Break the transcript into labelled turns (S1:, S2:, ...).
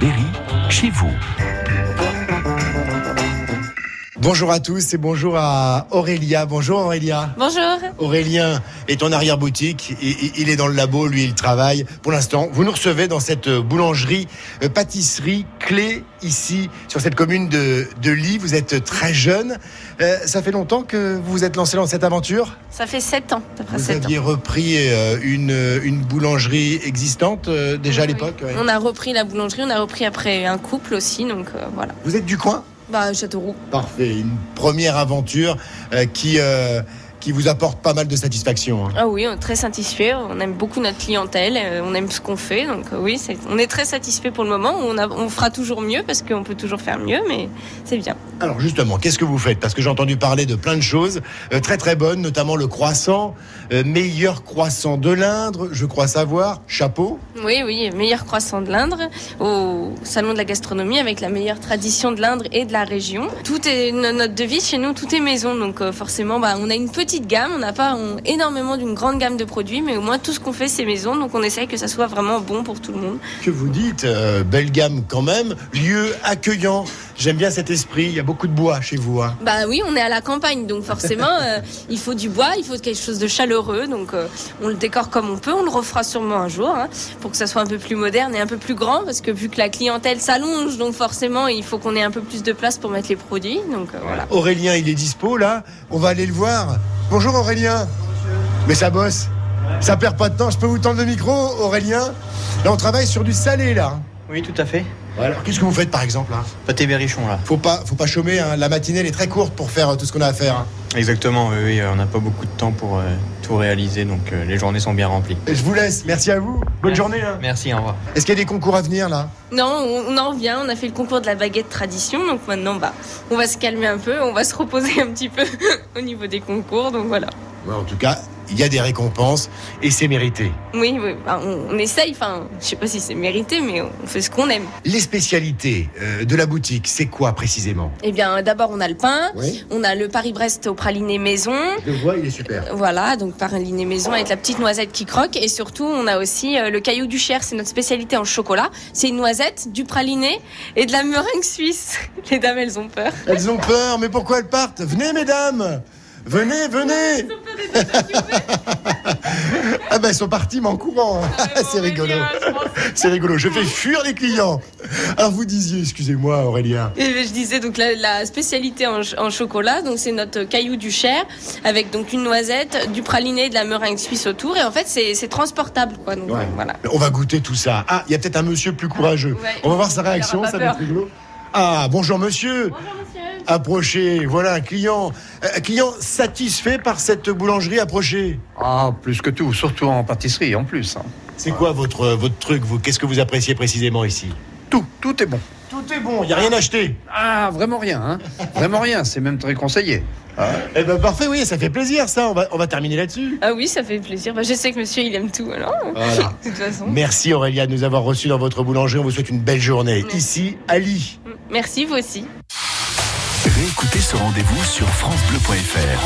S1: Berry, chez vous.
S2: Bonjour à tous et bonjour à Aurélia. Bonjour Aurélia.
S3: Bonjour.
S2: Aurélien est en arrière-boutique, il, il- il est dans le labo, lui il travaille. Pour l'instant, vous nous recevez dans cette boulangerie, euh, pâtisserie, clé ici, sur cette commune de, de Lille. Vous êtes très jeune. Euh, ça fait longtemps que vous vous êtes lancé dans cette aventure
S3: Ça fait 7 ans, à peu près
S2: Vous
S3: 7 Ah, ans.
S2: aviez repris euh, une, une boulangerie existante euh, déjà à
S3: Oui. Mm.
S2: l'époque ouais.
S3: On a repris la boulangerie, on a repris après un couple aussi, donc euh, voilà.
S2: Vous êtes du coin
S3: Bah, Châteauroux.
S2: Parfait, une première aventure euh, qui, euh, qui vous apporte pas mal de satisfaction. hein.
S3: Ah oui, on est très satisfait, on aime beaucoup notre clientèle, euh, on aime ce qu'on fait, donc euh, oui, c'est- on est très satisfait pour le moment. On, a- on fera toujours mieux parce qu'on peut toujours faire mieux, mais c'est bien.
S2: Alors justement, qu'est-ce que vous faites Parce que j'ai entendu parler de plein de choses euh, très très bonnes, notamment le croissant, euh, meilleur croissant de l'Indre, je crois savoir, chapeau.
S3: Oui, oui, meilleur croissant de l'Indre au salon de la gastronomie avec la meilleure tradition de l'Indre et de la région. Tout est no- notre devise chez nous, tout est maison, donc euh, forcément, bah, on a une petite gamme, on n'a pas on- énormément d'une grande gamme de produits, mais au moins tout ce qu'on fait c'est maison, donc on essaye que ça soit vraiment bon pour tout le monde.
S2: Que vous dites, euh, belle gamme quand même, lieu accueillant. J'aime bien cet esprit, il y a beaucoup de bois chez vous. hein.
S3: Bah oui, on est à la campagne, donc forcément, euh, il faut du bois, il faut quelque chose de chaleureux, donc euh, on le décore comme on peut, on le refera sûrement un jour, hein, pour que ça soit un peu plus moderne et un peu plus grand, parce que vu que la clientèle s'allonge, donc forcément, il faut qu'on ait un peu plus de place pour mettre les produits, donc euh, voilà.
S2: Aurélien, il est dispo là, on va aller le voir. Bonjour Aurélien. Mais ça bosse, ça perd pas de temps, je peux vous tendre le micro Aurélien Là on travaille sur du salé là.
S4: Oui, tout à fait.
S2: Alors qu'est-ce que vous faites par exemple là
S4: Pâté berrichon, là.
S2: Faut pas, faut pas chômer, hein. la matinée elle est très courte pour faire euh, tout ce qu'on a à faire. hein.
S4: Exactement, oui, oui, euh, on n'a pas beaucoup de temps pour euh, tout réaliser, donc euh, les journées sont bien remplies.
S2: Je vous laisse, merci à vous. Bonne
S4: Merci.
S2: journée. hein.
S4: Merci, au revoir.
S2: Est-ce qu'il y a des concours à venir là
S3: Non, on, on en revient, on a fait le concours de la baguette tradition, donc maintenant, bah, on va se calmer un peu, on va se reposer un petit peu au niveau des concours, donc voilà.
S2: Ouais, En tout cas, il y a des récompenses et c'est mérité.
S3: Oui, oui, bah, on, on essaye, enfin, je sais pas si c'est mérité, mais on fait ce qu'on aime.
S2: Les spécialités euh, de la boutique, c'est quoi précisément
S3: Eh bien, d'abord, on a le pain.
S2: Oui,
S3: On a le Paris-Brest au praliné maison.
S2: je vois, il est super.
S3: Voilà, donc praliné maison avec la petite noisette qui croque. Et surtout, on a aussi euh, le caillou du Cher, c'est notre spécialité en chocolat. C'est une noisette, du praliné et de la meringue suisse. Les dames, elles ont peur.
S2: Elles ont peur, mais pourquoi elles partent Venez mesdames Venez, venez Ah ben elles sont parties mais en courant. hein.
S3: Ah,
S2: c'est rigolo. C'est rigolo, je fais fuir les clients. Alors vous disiez, excusez-moi Aurélien.
S3: Et ben, je disais donc la, la spécialité en, ch- en chocolat, donc c'est notre caillou du Cher avec donc une noisette, du praliné et de la meringue suisse autour. Et en fait, c'est c'est transportable, quoi. Donc
S2: Ouais.
S3: voilà.
S2: On va goûter tout ça. Ah, il y a peut-être un monsieur plus courageux.
S3: Ouais.
S2: On va voir sa
S3: Il aura
S2: réaction,
S3: pas
S2: ça va être
S3: peur.
S2: rigolo. Ah, bonjour monsieur.
S3: Bonjour monsieur.
S2: Approchez, voilà un client, euh, un client satisfait par cette boulangerie. Approchez.
S5: Ah, plus que tout, surtout en pâtisserie en plus. hein.
S2: C'est quoi votre, euh, votre truc vous Qu'est-ce que vous appréciez précisément ici
S5: Tout, tout est bon.
S2: Tout est bon, il n'y a rien acheté.
S5: Ah, vraiment rien, hein. vraiment rien, c'est même très conseillé. Ah,
S2: Eh ben parfait, oui, ça fait plaisir ça. On va, on va terminer là-dessus.
S3: Ah oui, ça fait plaisir. Bah, je sais que monsieur, il aime tout, alors.
S2: Voilà.
S3: De toute façon.
S2: Merci Aurélia de nous avoir reçus dans votre boulangerie. On vous souhaite une belle journée.
S3: Merci.
S2: Ici, Ali.
S3: Merci, vous aussi.
S1: Réécoutez ce rendez-vous sur FranceBleu.fr.